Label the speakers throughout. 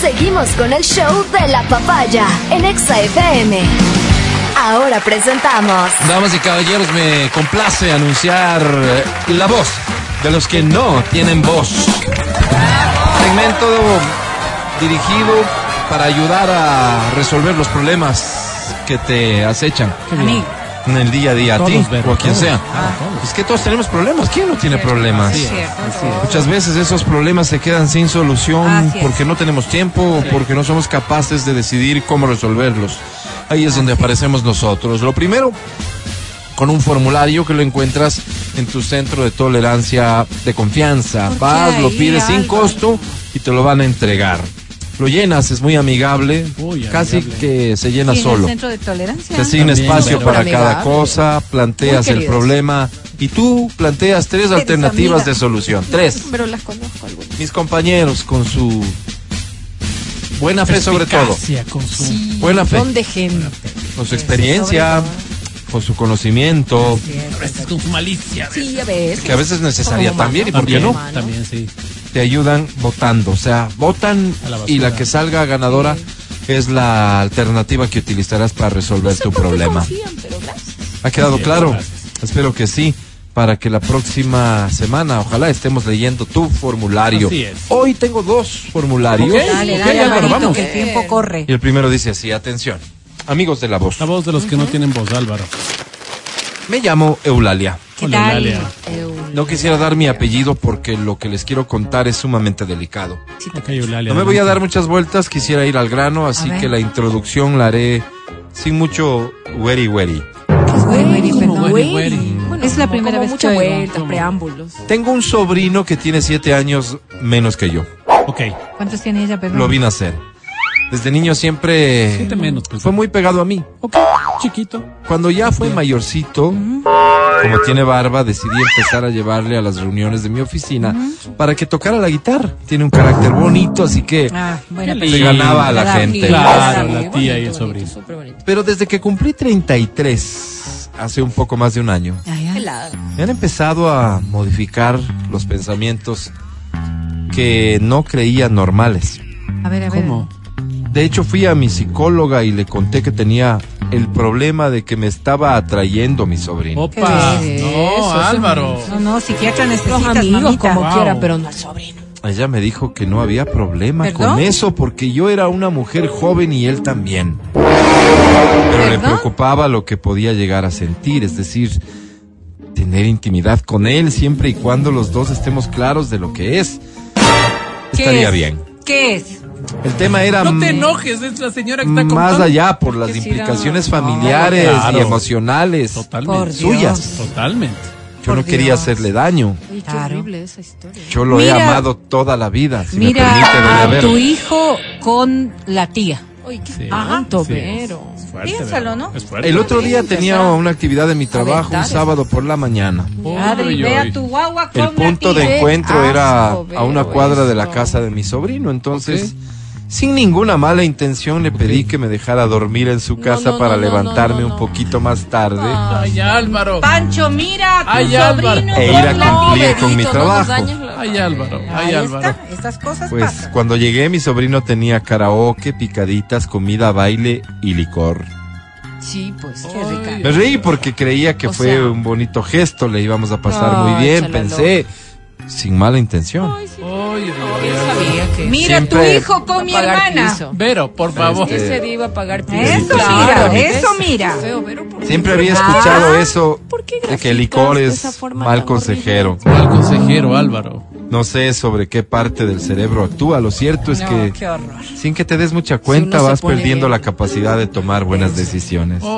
Speaker 1: Seguimos con el show de la papaya en Exa FM. Ahora presentamos.
Speaker 2: Damas y caballeros, me complace anunciar eh, la voz de los que no tienen voz. Segmento dirigido para ayudar a resolver los problemas que te acechan
Speaker 3: A mí.
Speaker 2: en el día a día, a ti
Speaker 4: Todos, Vero,
Speaker 2: o a quien
Speaker 4: todos.
Speaker 2: sea.
Speaker 4: Ah, todos.
Speaker 2: Es que todos tenemos problemas. ¿Quién no tiene problemas?
Speaker 3: Es cierto.
Speaker 2: Muchas veces esos problemas se quedan sin solución
Speaker 3: Así es.
Speaker 2: porque no tenemos tiempo o porque no somos capaces de decidir cómo resolverlos. Ahí es donde aparecemos nosotros. Lo primero, con un formulario que lo encuentras en tu centro de tolerancia de confianza.
Speaker 3: Porque
Speaker 2: Vas, lo
Speaker 3: ahí
Speaker 2: pides sin
Speaker 3: algo.
Speaker 2: costo y te lo van a entregar. Lo llenas, es muy amigable,
Speaker 4: Muy
Speaker 2: casi
Speaker 4: amigable.
Speaker 2: que se llena
Speaker 3: Y en el
Speaker 2: solo.
Speaker 3: centro de tolerancia.
Speaker 2: Te asigna
Speaker 4: También,
Speaker 2: espacio
Speaker 4: pero-
Speaker 2: para
Speaker 3: Amigable.
Speaker 2: cada cosa, planteas
Speaker 3: Muy
Speaker 2: el
Speaker 3: queridos.
Speaker 2: problema y tú planteas tres
Speaker 3: Eres
Speaker 2: alternativas
Speaker 3: amiga.
Speaker 2: de solución. Tres.
Speaker 3: Pero las conozco algunas.
Speaker 2: Mis compañeros con su buena fe sobre todo,
Speaker 4: Perspicacia Con su...
Speaker 2: Buena fe.
Speaker 3: ¿Dónde gem?
Speaker 2: con su experiencia, con su conocimiento,
Speaker 4: A veces Este con su malicia. a veces.
Speaker 3: Sí, a ver.
Speaker 2: que a veces es necesaria
Speaker 3: Como
Speaker 2: también, ¿y por qué
Speaker 4: También,
Speaker 2: no?
Speaker 4: También, sí.
Speaker 2: Te ayudan votando, o sea, votan
Speaker 4: A la basura.
Speaker 2: y la que salga ganadora es la alternativa que utilizarás para resolver tu problema.
Speaker 3: Confían, pero gracias.
Speaker 2: ¿Ha quedado
Speaker 4: Sí,
Speaker 2: claro?
Speaker 4: gracias.
Speaker 2: Espero que sí. Para que la próxima semana, ojalá estemos leyendo tu formulario.
Speaker 4: Así es.
Speaker 2: Hoy tengo dos formularios.
Speaker 4: Ok,
Speaker 3: Dale,
Speaker 4: ok,
Speaker 3: dale,
Speaker 4: ya nos
Speaker 3: Alvarito,
Speaker 4: vamos.
Speaker 3: que el tiempo corre.
Speaker 2: Y el primero dice así, atención, amigos de la voz.
Speaker 4: La voz de los que no tienen voz, Álvaro.
Speaker 2: Me llamo Eulalia.
Speaker 3: ¿Qué
Speaker 4: Hola,
Speaker 3: tal?
Speaker 4: Eulalia.
Speaker 3: Eu-
Speaker 2: No quisiera dar mi apellido porque lo que les quiero contar es sumamente delicado.
Speaker 4: Ok, Eulalia,
Speaker 2: No me voy a
Speaker 4: adelante.
Speaker 2: dar muchas vueltas, quisiera ir al grano, así
Speaker 3: A ver.
Speaker 2: que la introducción la haré sin mucho weri weri.
Speaker 3: Güey,
Speaker 4: Como
Speaker 3: perdón.
Speaker 4: güey, güey.
Speaker 3: Es la primera vez que oigo.
Speaker 5: vuelta, preámbulos.
Speaker 2: Tengo un sobrino que tiene siete años menos que yo.
Speaker 4: Ok,
Speaker 3: ¿Cuántos tiene ella, perdón?
Speaker 2: Lo vi nacer. Desde niño siempre
Speaker 4: siete menos. pues.
Speaker 2: fue muy pegado a mí.
Speaker 4: Ok, chiquito.
Speaker 2: Cuando ya fue mayorcito, como tiene barba, decidí empezar a llevarle a las reuniones de mi oficina para que tocara la guitarra. Tiene un carácter bonito, así que...
Speaker 3: Ah, buena
Speaker 4: Qué
Speaker 3: persona.
Speaker 2: Se ganaba a la
Speaker 3: Era
Speaker 2: gente.
Speaker 3: bonito.
Speaker 4: Claro,
Speaker 5: Está
Speaker 4: la
Speaker 5: bien,
Speaker 4: tía y el
Speaker 5: bonito, bonito,
Speaker 4: sobrino.
Speaker 5: súper bonito.
Speaker 2: Pero desde que cumplí 33, hace un poco más de un año,
Speaker 3: Ay, ay.
Speaker 5: Helado.
Speaker 2: me han empezado a modificar los pensamientos que no creía normales.
Speaker 3: A ver, a ver.
Speaker 4: ¿Cómo?
Speaker 2: De hecho, fui a mi psicóloga y le conté que tenía el problema de que me estaba atrayendo mi sobrino.
Speaker 4: Opa.
Speaker 5: ¿Qué es
Speaker 4: No,
Speaker 5: eso?
Speaker 4: Álvaro.
Speaker 3: No, no, psiquiatra necesitas,
Speaker 5: Los amigos
Speaker 3: mamita.
Speaker 5: como
Speaker 4: Wow.
Speaker 5: quiera, pero no al sobrino.
Speaker 2: Ella me dijo que no había problema
Speaker 3: ¿Perdón?
Speaker 2: con eso porque yo era una mujer joven y él también. Pero le
Speaker 3: ¿Perdón?
Speaker 2: preocupaba lo que podía llegar a sentir, es decir, tener intimidad con él siempre y cuando los dos estemos claros de lo que es.
Speaker 3: ¿Qué
Speaker 2: Estaría
Speaker 3: es?
Speaker 2: bien.
Speaker 3: ¿Qué es?
Speaker 2: El tema era
Speaker 4: No te
Speaker 2: mm,
Speaker 4: enojes, es la señora que está contando.
Speaker 2: más allá por las
Speaker 3: Que si
Speaker 2: implicaciones
Speaker 3: era-
Speaker 2: familiares
Speaker 4: Ah, claro.
Speaker 2: y emocionales.
Speaker 3: Por
Speaker 4: Totalmente.
Speaker 3: Dios.
Speaker 2: Suyas.
Speaker 4: Totalmente.
Speaker 2: Yo
Speaker 3: Por
Speaker 2: no quería
Speaker 3: Dios.
Speaker 2: hacerle daño.
Speaker 5: Uy, qué
Speaker 3: Claro.
Speaker 5: horrible esa historia.
Speaker 2: Yo lo he
Speaker 3: Mira-
Speaker 2: amado toda la vida. Si
Speaker 3: Mira
Speaker 2: me permite, doña
Speaker 3: a
Speaker 2: Vero.
Speaker 3: tu hijo con la tía. Ah,
Speaker 5: Uy, qué
Speaker 4: Sí.
Speaker 5: espanto,
Speaker 4: Sí, es
Speaker 5: pero.
Speaker 4: fuerte,
Speaker 3: Piénsalo,
Speaker 4: Vero.
Speaker 3: ¿no?
Speaker 4: Es fuerte.
Speaker 2: El otro día
Speaker 5: Empezar
Speaker 2: tenía
Speaker 5: a-
Speaker 2: una actividad de mi trabajo un
Speaker 5: aventar
Speaker 2: sábado por la mañana.
Speaker 4: Uy,
Speaker 3: Adri,
Speaker 4: uy,
Speaker 3: ve
Speaker 4: uy.
Speaker 3: a tu guagua con
Speaker 2: El punto
Speaker 3: la tía.
Speaker 2: de encuentro
Speaker 5: Ah,
Speaker 2: era
Speaker 5: asco,
Speaker 2: a una
Speaker 5: veo
Speaker 2: cuadra de la
Speaker 5: esto.
Speaker 2: casa de mi sobrino, entonces sin ninguna mala intención le pedí que me dejara dormir en su
Speaker 5: No,
Speaker 2: casa
Speaker 5: no,
Speaker 2: para
Speaker 5: no, no,
Speaker 2: levantarme
Speaker 5: no, no, Ah,
Speaker 2: un
Speaker 5: no.
Speaker 2: poquito más tarde
Speaker 4: Ay, Álvaro.
Speaker 3: Pancho, mira a tu
Speaker 4: Ay,
Speaker 3: sobrino
Speaker 4: Álvaro.
Speaker 2: e
Speaker 3: con
Speaker 2: ir a
Speaker 3: la
Speaker 2: cumplir con mi
Speaker 5: Berito, no nos
Speaker 2: trabajo.
Speaker 5: dañes la-
Speaker 4: Ay, Álvaro. Ay,
Speaker 3: Ahí está,
Speaker 4: Álvaro.
Speaker 3: estas cosas
Speaker 2: Pues
Speaker 3: pasan.
Speaker 2: cuando llegué mi sobrino tenía karaoke, picaditas, comida, baile y licor.
Speaker 5: Sí, pues.
Speaker 3: Qué rica.
Speaker 2: Me reí porque creía que
Speaker 5: O
Speaker 2: fue
Speaker 5: sea-
Speaker 2: un bonito gesto, le íbamos a pasar
Speaker 5: Ay,
Speaker 2: muy bien,
Speaker 5: chala
Speaker 2: pensé, sin mala intención.
Speaker 4: Ay, ay,
Speaker 5: Yo
Speaker 4: ay.
Speaker 5: sabía que.
Speaker 3: Mira a tu
Speaker 2: siempre-
Speaker 3: hijo con mi hermana.
Speaker 4: Vero, por favor.
Speaker 2: Este-
Speaker 5: Ese día iba a pagar piso.
Speaker 3: Eso
Speaker 2: Claro.
Speaker 3: mira, eso mira.
Speaker 5: Feo, pero ¿por qué?
Speaker 2: Siempre había escuchado eso
Speaker 5: Ah, ¿Por qué
Speaker 2: de que
Speaker 5: graficas
Speaker 2: el licor
Speaker 5: de
Speaker 2: es
Speaker 5: esa forma
Speaker 2: mal
Speaker 5: tan horrible?
Speaker 2: consejero.
Speaker 4: Al consejero Álvaro.
Speaker 2: No sé sobre qué parte del cerebro actúa. Lo cierto es
Speaker 3: No,
Speaker 2: que
Speaker 3: qué horror.
Speaker 2: sin que te des mucha cuenta
Speaker 5: uno se
Speaker 2: vas
Speaker 5: pone
Speaker 2: perdiendo
Speaker 5: bien. Oh.
Speaker 2: la capacidad de tomar buenas decisiones.
Speaker 4: Ay,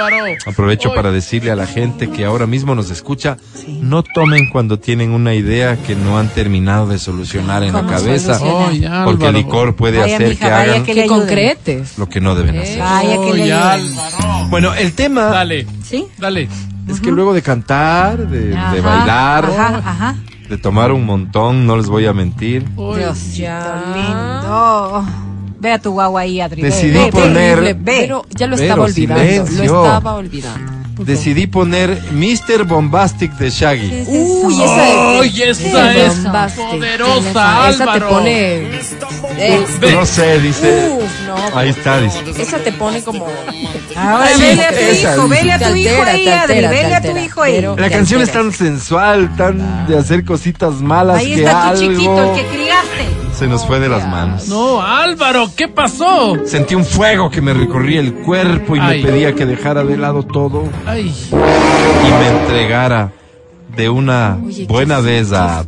Speaker 4: Álvaro.
Speaker 2: Aprovecho para decirle a la gente que ahora mismo nos escucha, no tomen cuando tienen una idea que no han terminado de solucionar en la
Speaker 5: ¿Cómo
Speaker 2: cabeza,
Speaker 5: solucionar?
Speaker 4: Ay, Álvaro.
Speaker 2: porque el licor puede
Speaker 3: Vaya,
Speaker 2: hacer
Speaker 3: mija,
Speaker 2: que
Speaker 3: vaya
Speaker 2: hagan
Speaker 3: que
Speaker 5: Que Eh.
Speaker 3: le
Speaker 5: concretes.
Speaker 2: lo que no deben hacer.
Speaker 3: Vaya que le
Speaker 4: Ay,
Speaker 3: ayuden.
Speaker 4: Álvaro.
Speaker 2: Bueno, el tema
Speaker 4: Dale,
Speaker 3: ¿Sí?
Speaker 4: dale.
Speaker 2: es que luego de cantar, de, de
Speaker 3: Ajá,
Speaker 2: bailar,
Speaker 3: Ajá, ajá.
Speaker 2: de tomar un montón, no les voy a mentir,
Speaker 3: Oh,
Speaker 4: Ay,
Speaker 3: Diosito lindo. Ve a tu guagua ahí, Adri. ve,
Speaker 2: Decidí
Speaker 3: ve, ve,
Speaker 2: poner-
Speaker 3: Ve, ve.
Speaker 5: Pero ya lo
Speaker 2: Pero
Speaker 5: estaba olvidando.
Speaker 2: silencio.
Speaker 5: Lo estaba olvidando.
Speaker 2: decidí poner Mr. Bombastic de Shaggy.
Speaker 3: ¿Qué es eso?
Speaker 5: Uy, esa es.
Speaker 4: ¡Ay, esa
Speaker 5: Qué
Speaker 4: es
Speaker 5: bombaste.
Speaker 4: poderosa,
Speaker 5: Esa te
Speaker 2: Oh.
Speaker 4: Álvaro!
Speaker 5: pone. Eh,
Speaker 4: Ve.
Speaker 2: No sé, dice.
Speaker 5: Uf, no.
Speaker 2: Ahí está, dice.
Speaker 5: Esa te pone como.
Speaker 3: Ahora
Speaker 5: Sí,
Speaker 3: Ah, vele a tu
Speaker 2: esa,
Speaker 3: hijo,
Speaker 2: dice.
Speaker 3: vele a tu
Speaker 5: Te
Speaker 3: hijo
Speaker 5: altera,
Speaker 3: ahí,
Speaker 5: te
Speaker 3: Adri,
Speaker 5: altera,
Speaker 3: vele
Speaker 5: te
Speaker 3: a tu
Speaker 5: altera.
Speaker 3: hijo ahí.
Speaker 5: Pero-
Speaker 2: La
Speaker 5: Te
Speaker 2: canción es
Speaker 5: alteras.
Speaker 2: tan sensual, tan de hacer cositas malas
Speaker 3: Ahí
Speaker 2: que
Speaker 3: está tu
Speaker 2: algo
Speaker 3: chiquito, el que criaste.
Speaker 2: se nos fue de las manos.
Speaker 4: No, Álvaro, ¿qué pasó?
Speaker 2: Sentí un fuego que me recorría el cuerpo y
Speaker 4: Ay.
Speaker 2: me pedía que dejara de lado todo
Speaker 4: Ay,
Speaker 2: y me entregara de una
Speaker 5: Oye,
Speaker 2: buena
Speaker 5: qué-
Speaker 2: vez a...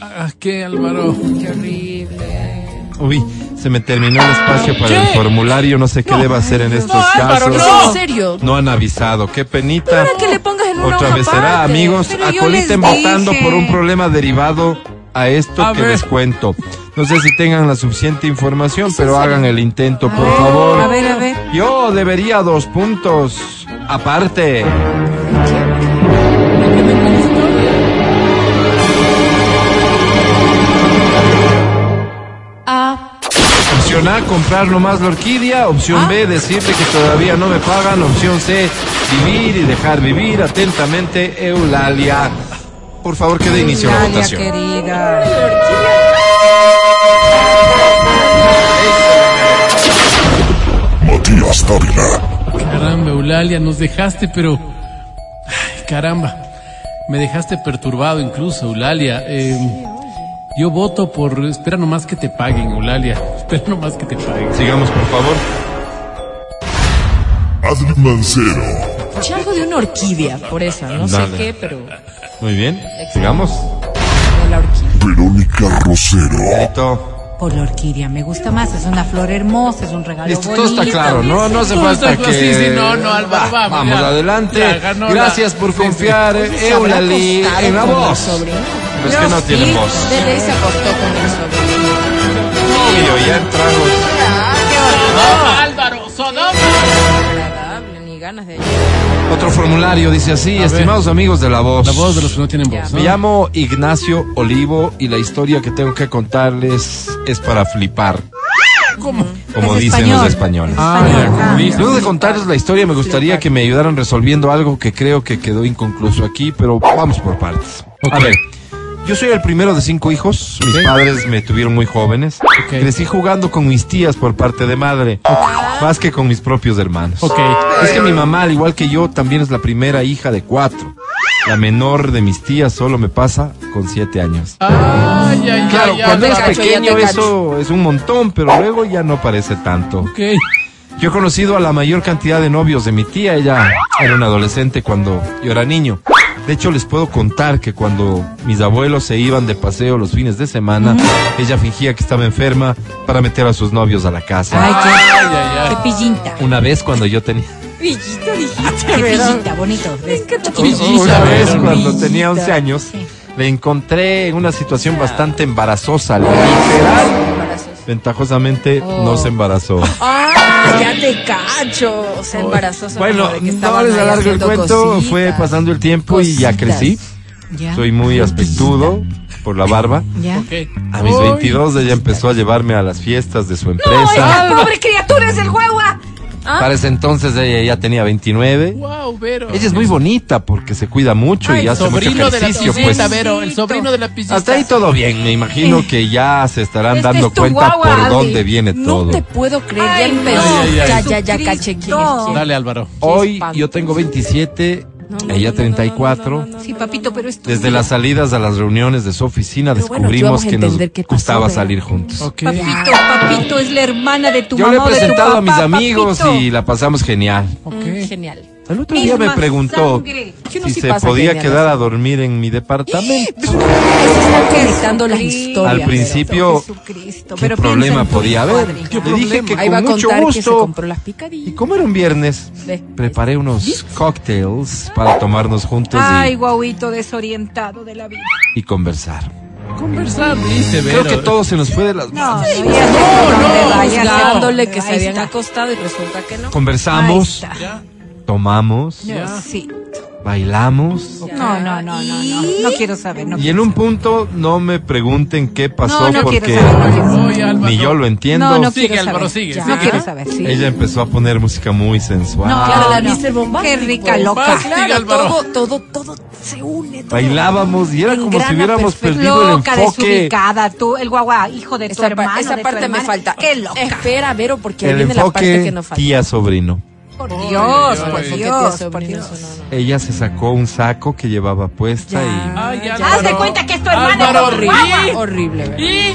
Speaker 4: ah, ¿qué, Álvaro?
Speaker 5: Qué horrible.
Speaker 2: Uy, se me terminó el espacio para
Speaker 4: ¿Qué?
Speaker 2: el formulario, no sé qué deba hacer en estos
Speaker 4: Álvaro,
Speaker 2: casos.
Speaker 5: ¿Es
Speaker 4: No.
Speaker 5: en serio?
Speaker 2: No han avisado, qué penita.
Speaker 5: Para que le pongas en una
Speaker 2: Otra
Speaker 5: hoja
Speaker 2: vez será,
Speaker 5: aparte.
Speaker 2: amigos,
Speaker 3: Pero yo
Speaker 2: acoliten
Speaker 3: les dije.
Speaker 2: votando por un problema derivado a esto
Speaker 4: A
Speaker 2: que
Speaker 4: ver.
Speaker 2: les cuento. No sé si tengan la suficiente información, pero hagan el intento, por favor.
Speaker 3: A ver, a ver.
Speaker 2: Yo debería dos puntos aparte. Opción A, comprar nomás la orquídea. Opción
Speaker 4: Ah.
Speaker 2: B, decirte que todavía no me pagan. Opción C, vivir y dejar vivir. Atentamente, Eulalia. Por favor, que dé inicio a la
Speaker 3: Nadia,
Speaker 2: votación.
Speaker 3: querida.
Speaker 6: Matías Dávila,
Speaker 4: Caramba, Eulalia, nos dejaste, pero. Ay, caramba. Me dejaste perturbado incluso, Eulalia. Eh, yo voto por. Espera nomás que te paguen, Eulalia. Espera nomás que te paguen.
Speaker 2: Sigamos, por favor.
Speaker 6: Adri Mancero,
Speaker 5: Escuché algo de una orquídea, por esa. No
Speaker 2: Dale.
Speaker 5: sé qué, pero.
Speaker 2: Muy bien. Sigamos.
Speaker 5: Por la orquídea.
Speaker 6: Verónica Rosero,
Speaker 2: Listo.
Speaker 3: Por la orquídea, me gusta más, es una flor hermosa, es un regalo
Speaker 2: Listo, todo
Speaker 3: bonito.
Speaker 2: está claro, ¿no? No hace
Speaker 4: Todo
Speaker 2: falta
Speaker 4: está claro.
Speaker 2: que...
Speaker 4: Sí, sí, no, no, Álvaro,
Speaker 2: Va,
Speaker 4: vamos, ya.
Speaker 2: adelante.
Speaker 4: Ya, ganó la- Pues,
Speaker 2: Gracias por
Speaker 4: Sí, sí.
Speaker 2: confiar, eh,
Speaker 5: ¿Se habrá
Speaker 2: Eulalie,
Speaker 5: acostado
Speaker 2: en la
Speaker 5: con
Speaker 2: voz.
Speaker 5: el sobrino?
Speaker 2: Pues que no
Speaker 3: sí.
Speaker 2: tienen voz.
Speaker 5: De ley se acostó con el sobrino.
Speaker 2: Obvio, ya entramos.
Speaker 4: ¡Sodoma, Álvaro! ¡Sodoma!
Speaker 5: Agradable, ni ganas de
Speaker 2: Otro formulario dice así,
Speaker 4: ver.
Speaker 2: estimados amigos de la voz.
Speaker 4: La voz de los que no tienen voz. ¿no?
Speaker 2: Me llamo Ignacio Olivo y la historia que tengo que contarles es para flipar. Como
Speaker 3: Es
Speaker 2: dicen los
Speaker 3: español.
Speaker 2: españoles.
Speaker 3: Ah, Español, ya, como ah. dicen.
Speaker 2: Luego de contarles la historia, me gustaría que me ayudaran resolviendo algo que creo que quedó inconcluso aquí, pero vamos por partes. A
Speaker 4: Ok.
Speaker 2: ver. Yo soy el primero de cinco hijos. Mis
Speaker 4: Ok.
Speaker 2: padres me tuvieron muy jóvenes.
Speaker 4: Ok.
Speaker 2: Crecí jugando con mis tías por parte de madre, más que con mis propios hermanos.
Speaker 4: Ok.
Speaker 2: Es que mi mamá, al igual que yo, también es la primera hija de cuatro. La menor de mis tías solo me pasa con siete años.
Speaker 4: Ay, ay,
Speaker 2: Claro,
Speaker 4: ay, ay,
Speaker 2: cuando
Speaker 5: te
Speaker 2: eres
Speaker 4: Álvaro.
Speaker 5: cacho, Ah, ya
Speaker 2: pequeño
Speaker 5: te
Speaker 2: eso es un montón, pero luego ya no parece tanto.
Speaker 4: Ok.
Speaker 2: Yo he conocido a la mayor cantidad de novios de mi tía. Ella era una adolescente cuando yo era niño. De hecho, les puedo contar que cuando mis abuelos se iban de paseo los fines de semana, ella fingía que estaba enferma para meter a sus novios a la casa.
Speaker 3: Ay, qué,
Speaker 4: Ay, ay, ay.
Speaker 3: qué pillinta.
Speaker 2: Una vez cuando yo tenía...
Speaker 5: Pillito,
Speaker 3: Qué
Speaker 5: dijiste,
Speaker 3: pillita, bonito.
Speaker 4: Pillita,
Speaker 2: Una vez
Speaker 4: Verón.
Speaker 2: cuando tenía 11 años, le encontré en una situación bastante embarazosa. Literal, ventajosamente no se embarazó.
Speaker 5: Ah, ya te cacho. O sea, embarazosa.
Speaker 2: Bueno,
Speaker 5: como de que
Speaker 2: no
Speaker 5: estaban
Speaker 2: les
Speaker 5: ahí
Speaker 2: alargo el
Speaker 5: haciendo
Speaker 2: cuento,
Speaker 5: cositas.
Speaker 2: fue pasando el tiempo y ya
Speaker 5: Cositas.
Speaker 2: crecí.
Speaker 3: Ya,
Speaker 2: Soy muy aspectudo por la barba.
Speaker 3: ya.
Speaker 4: Ok.
Speaker 2: A mis
Speaker 4: Ay,
Speaker 2: 22 ella empezó a llevarme a las fiestas de su
Speaker 3: ¡Esta
Speaker 2: empresa.
Speaker 3: pobre criatura es el guagua!
Speaker 5: ¿Ah?
Speaker 2: Para ese entonces ella ya tenía 29.
Speaker 4: Wow, Vero.
Speaker 2: Ella es muy bonita porque se cuida mucho y
Speaker 4: El
Speaker 2: hace mucho
Speaker 4: sobrino de la
Speaker 2: ejercicio, pues.
Speaker 4: piscita, Vero. El sobrino de la piscita.
Speaker 2: Hasta ahí todo bien, me imagino que ya se estarán
Speaker 3: Este
Speaker 2: dando
Speaker 3: es tu
Speaker 2: cuenta
Speaker 3: guagua,
Speaker 2: por
Speaker 3: Adri.
Speaker 2: dónde viene todo.
Speaker 5: No te puedo creer. Ya
Speaker 3: Ay,
Speaker 5: empezó.
Speaker 3: no,
Speaker 4: Ay, ay, ay.
Speaker 5: Ya, ya, ya caché quién es
Speaker 3: Jesucristo.
Speaker 5: quién.
Speaker 4: Dale, Álvaro.
Speaker 2: Hoy
Speaker 5: espanto.
Speaker 2: yo tengo 27,
Speaker 5: no,
Speaker 2: ella
Speaker 5: no,
Speaker 2: 34.
Speaker 5: no, no, no, no,
Speaker 3: Sí, papito, pero esto.
Speaker 2: Desde las salidas a las reuniones de su oficina
Speaker 5: Pero bueno,
Speaker 2: descubrimos
Speaker 5: aquí vamos a
Speaker 2: que nos
Speaker 5: entender qué pasó,
Speaker 2: gustaba
Speaker 5: ¿verdad?
Speaker 2: salir juntos.
Speaker 4: Ok.
Speaker 3: Papito, papito, es la hermana de tu
Speaker 2: Yo
Speaker 3: mamá
Speaker 2: le he
Speaker 3: o de tu
Speaker 2: presentado a mis
Speaker 3: papá,
Speaker 2: amigos
Speaker 3: papito.
Speaker 2: y la pasamos genial.
Speaker 4: Ok.
Speaker 5: Mm, Genial.
Speaker 2: El otro día me
Speaker 3: Misma
Speaker 2: preguntó
Speaker 3: sangre.
Speaker 5: Que uno
Speaker 2: si
Speaker 5: sí
Speaker 2: se
Speaker 5: pasa
Speaker 2: podía
Speaker 5: genial,
Speaker 2: quedar a dormir en mi departamento.
Speaker 5: Ahí se están conectando las
Speaker 3: Jesucristo.
Speaker 5: historias.
Speaker 2: Al principio,
Speaker 3: Jesucristo,
Speaker 2: ¿qué
Speaker 3: pero
Speaker 2: problema
Speaker 3: piensa en tu
Speaker 2: podía
Speaker 3: hijo,
Speaker 2: haber?
Speaker 3: Adri.
Speaker 2: Le dije que
Speaker 5: Ahí va a
Speaker 2: con mucho
Speaker 5: contar que se
Speaker 2: gusto.
Speaker 5: compró las
Speaker 2: Y
Speaker 5: picadillas.
Speaker 2: como era un viernes,
Speaker 5: Ve.
Speaker 2: preparé unos cócteles para tomarnos juntos
Speaker 3: Ay,
Speaker 2: y,
Speaker 3: guauito desorientado de la vida.
Speaker 2: y conversar.
Speaker 4: Conversar, dice Vero.
Speaker 2: Creo que todo se nos fue de las manos.
Speaker 3: No, no, no,
Speaker 4: no,
Speaker 3: te
Speaker 4: no,
Speaker 3: vayas,
Speaker 4: no.
Speaker 3: ya,
Speaker 5: Dándole
Speaker 3: no,
Speaker 5: que se
Speaker 3: ahí
Speaker 5: habían
Speaker 3: está.
Speaker 5: acostado y resulta que no.
Speaker 2: Conversamos,
Speaker 3: Ahí está.
Speaker 4: Ya.
Speaker 2: tomamos,
Speaker 4: Ya.
Speaker 3: Diosito.
Speaker 2: bailamos.
Speaker 3: No, no, no, no, no. No quiero saber. No
Speaker 2: Y en
Speaker 3: quiero
Speaker 2: un punpunto no me pregunten qué pasó
Speaker 3: No, no quiero
Speaker 2: porque
Speaker 3: saber, no quiero
Speaker 4: Oye, Álvaro.
Speaker 2: ni yo lo entiendo.
Speaker 3: No, no
Speaker 4: Sigue,
Speaker 3: quiero
Speaker 4: Álvaro,
Speaker 3: saber.
Speaker 4: sigue,
Speaker 3: Ya.
Speaker 4: sigue.
Speaker 3: No quiero saber, sí.
Speaker 2: Ella empezó a poner música muy sensual.
Speaker 3: No,
Speaker 5: Claro, la
Speaker 3: no.
Speaker 5: Mr. Bombastic,
Speaker 3: Qué rica
Speaker 5: pues.
Speaker 3: loca.
Speaker 4: Fácil,
Speaker 5: Claro,
Speaker 4: Álvaro.
Speaker 5: todo, todo, todo se une. todo.
Speaker 2: Bailábamos y era como si
Speaker 5: Engrana
Speaker 2: hubiéramos
Speaker 5: perfecto.
Speaker 2: perdido el
Speaker 3: loca,
Speaker 2: enfoque.
Speaker 3: desubicada, tú, el guagua, hijo de tu
Speaker 5: Esa, pa-
Speaker 3: hermano.
Speaker 5: esa
Speaker 3: de tu
Speaker 5: parte me
Speaker 3: hermana.
Speaker 5: falta.
Speaker 3: Qué loca.
Speaker 5: Espera, Vero, porque ahí
Speaker 2: El
Speaker 5: viene la parte que
Speaker 2: enfoque
Speaker 5: nos falta.
Speaker 2: tía sobrino.
Speaker 3: Por Dios,
Speaker 4: Ay,
Speaker 3: por
Speaker 4: ay, ay.
Speaker 3: Dios,
Speaker 5: Porque
Speaker 3: por
Speaker 5: tía
Speaker 3: Dios.
Speaker 5: sobrino, no,
Speaker 2: Ella se sacó un saco que llevaba puesta y
Speaker 4: Ay, Álvaro.
Speaker 3: Haz de cuenta que es tu hermana.
Speaker 4: Álvaro,
Speaker 3: por
Speaker 4: horrible.
Speaker 3: guagua.
Speaker 5: no. Horrible, Vero.
Speaker 4: Y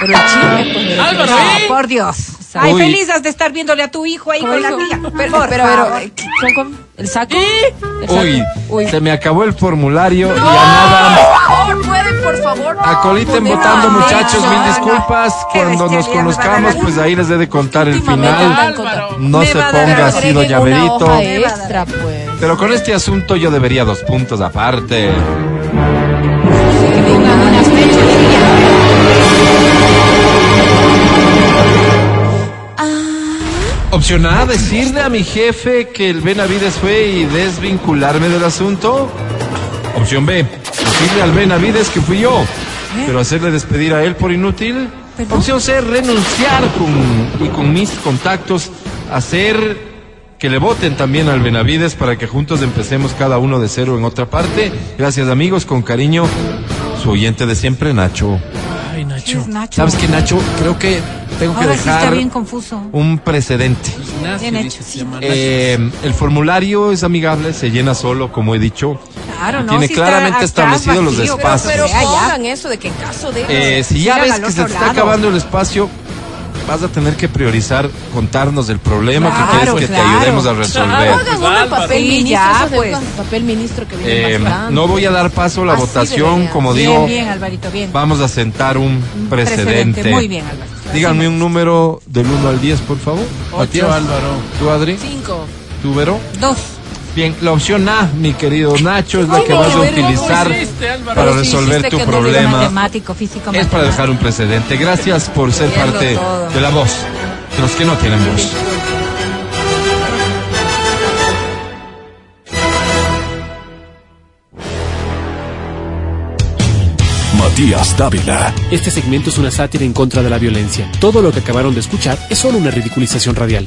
Speaker 5: Pero chisme, pues, Vero.
Speaker 4: Álvaro,
Speaker 3: No,
Speaker 4: ¿eh?
Speaker 3: por Dios. Ay,
Speaker 2: Uy.
Speaker 3: feliz has de estar viéndole a tu hijo ahí
Speaker 5: Como
Speaker 3: con la
Speaker 5: dijo-
Speaker 3: tía.
Speaker 5: Pero,
Speaker 3: Por
Speaker 5: pero,
Speaker 3: favor.
Speaker 5: pero, eh, ¿cómo, cómo? ¿El saco? ¿El saco?
Speaker 2: uy,
Speaker 5: Uy.
Speaker 2: se me acabó el formulario y a nada.
Speaker 5: Por favor, pueden, por favor.
Speaker 2: Acoliten
Speaker 5: poner
Speaker 2: votando,
Speaker 5: la
Speaker 2: muchachos,
Speaker 5: bandera?
Speaker 2: mil disculpas.
Speaker 3: Qué
Speaker 2: Cuando nos
Speaker 3: bestialidad me va a
Speaker 2: conozcamos,
Speaker 3: dar.
Speaker 2: pues ahí les he de contar el
Speaker 5: Últimamente
Speaker 2: final.
Speaker 5: van con-
Speaker 4: Álvaro.
Speaker 2: No
Speaker 3: Me
Speaker 2: se
Speaker 3: va a dar
Speaker 2: ponga
Speaker 3: algo,
Speaker 2: así,
Speaker 5: Agreguen
Speaker 2: doña
Speaker 5: una hoja eh.
Speaker 2: Verito.
Speaker 5: extra, pues.
Speaker 2: Pero con este asunto yo debería dos puntos aparte. Opción A, Ah. decirle a mi jefe que el Benavides fue y desvincularme del asunto. Opción B, decirle al Benavides que fui yo,
Speaker 3: ¿Eh?
Speaker 2: pero hacerle despedir a él por inútil. Opción C, renunciar con, y con mis contactos, hacer que le voten también al Benavides para que juntos empecemos cada uno de cero en otra parte. Gracias amigos, con cariño, su oyente de siempre, Nacho.
Speaker 4: Ay, Nacho.
Speaker 3: Es Nacho.
Speaker 2: ¿Sabes qué, Nacho? Creo que tengo que
Speaker 3: Ahora sí está
Speaker 2: dejar
Speaker 3: bien confuso.
Speaker 2: un precedente.
Speaker 4: Ignacio,
Speaker 3: Bien
Speaker 4: dice,
Speaker 3: hecho.
Speaker 4: se llama Nacho.
Speaker 2: Eh, el formulario es amigable, se llena solo, como he dicho.
Speaker 3: Claro,
Speaker 2: Y
Speaker 3: no,
Speaker 2: tiene
Speaker 3: sí está
Speaker 2: claramente
Speaker 3: atrás,
Speaker 2: establecidos los
Speaker 3: vacío,
Speaker 5: Pero,
Speaker 2: espacios.
Speaker 5: pero
Speaker 3: Ya, ya.
Speaker 5: pongan eso de que en caso de...
Speaker 2: Eh, si ya
Speaker 3: Sigan
Speaker 2: ves
Speaker 3: al
Speaker 2: que se
Speaker 3: otro
Speaker 2: te está
Speaker 3: lado.
Speaker 2: acabando el espacio, vas a tener que priorizar contarnos el problema
Speaker 3: Claro,
Speaker 2: que quieres que te
Speaker 3: claro.
Speaker 2: ayudemos a
Speaker 5: Ah,
Speaker 2: resolver.
Speaker 5: hagan uno en papel
Speaker 3: Sí,
Speaker 5: ministro,
Speaker 3: ya,
Speaker 5: esos de
Speaker 3: pues.
Speaker 5: papel ministro que viene
Speaker 2: Eh,
Speaker 5: bastante.
Speaker 2: no voy a dar paso a la
Speaker 5: Así
Speaker 2: votación,
Speaker 5: debería.
Speaker 2: como
Speaker 3: Bien,
Speaker 2: digo,
Speaker 3: bien, Alvarito, bien.
Speaker 2: vamos a sentar un precedente.
Speaker 3: Precedente, muy bien, Alvarito.
Speaker 2: Díganme un número del 1 al 10, por favor.
Speaker 4: Ocho, Álvaro.
Speaker 2: ¿Tú, Adri?
Speaker 5: Cinco.
Speaker 2: ¿Tú, Vero?
Speaker 3: Dos.
Speaker 2: Bien, la opción A, mi querido Nacho, es la
Speaker 5: Ay,
Speaker 2: que
Speaker 5: no,
Speaker 2: vas a
Speaker 5: Vero, ¿cómo
Speaker 2: utilizar
Speaker 4: hiciste, Álvaro?
Speaker 2: para
Speaker 5: Sí,
Speaker 2: resolver
Speaker 5: hiciste
Speaker 2: tu
Speaker 5: que no diga
Speaker 2: problema.
Speaker 3: Matemático, físico,
Speaker 2: Es para dejar un precedente. Gracias por ser
Speaker 5: Viendo
Speaker 2: parte
Speaker 5: todo.
Speaker 2: de la voz de los que no tienen voz.
Speaker 6: Matías Dávila.
Speaker 7: Este segmento es una sátira en contra de la violencia. Todo lo que acabaron de escuchar es solo una ridiculización radial.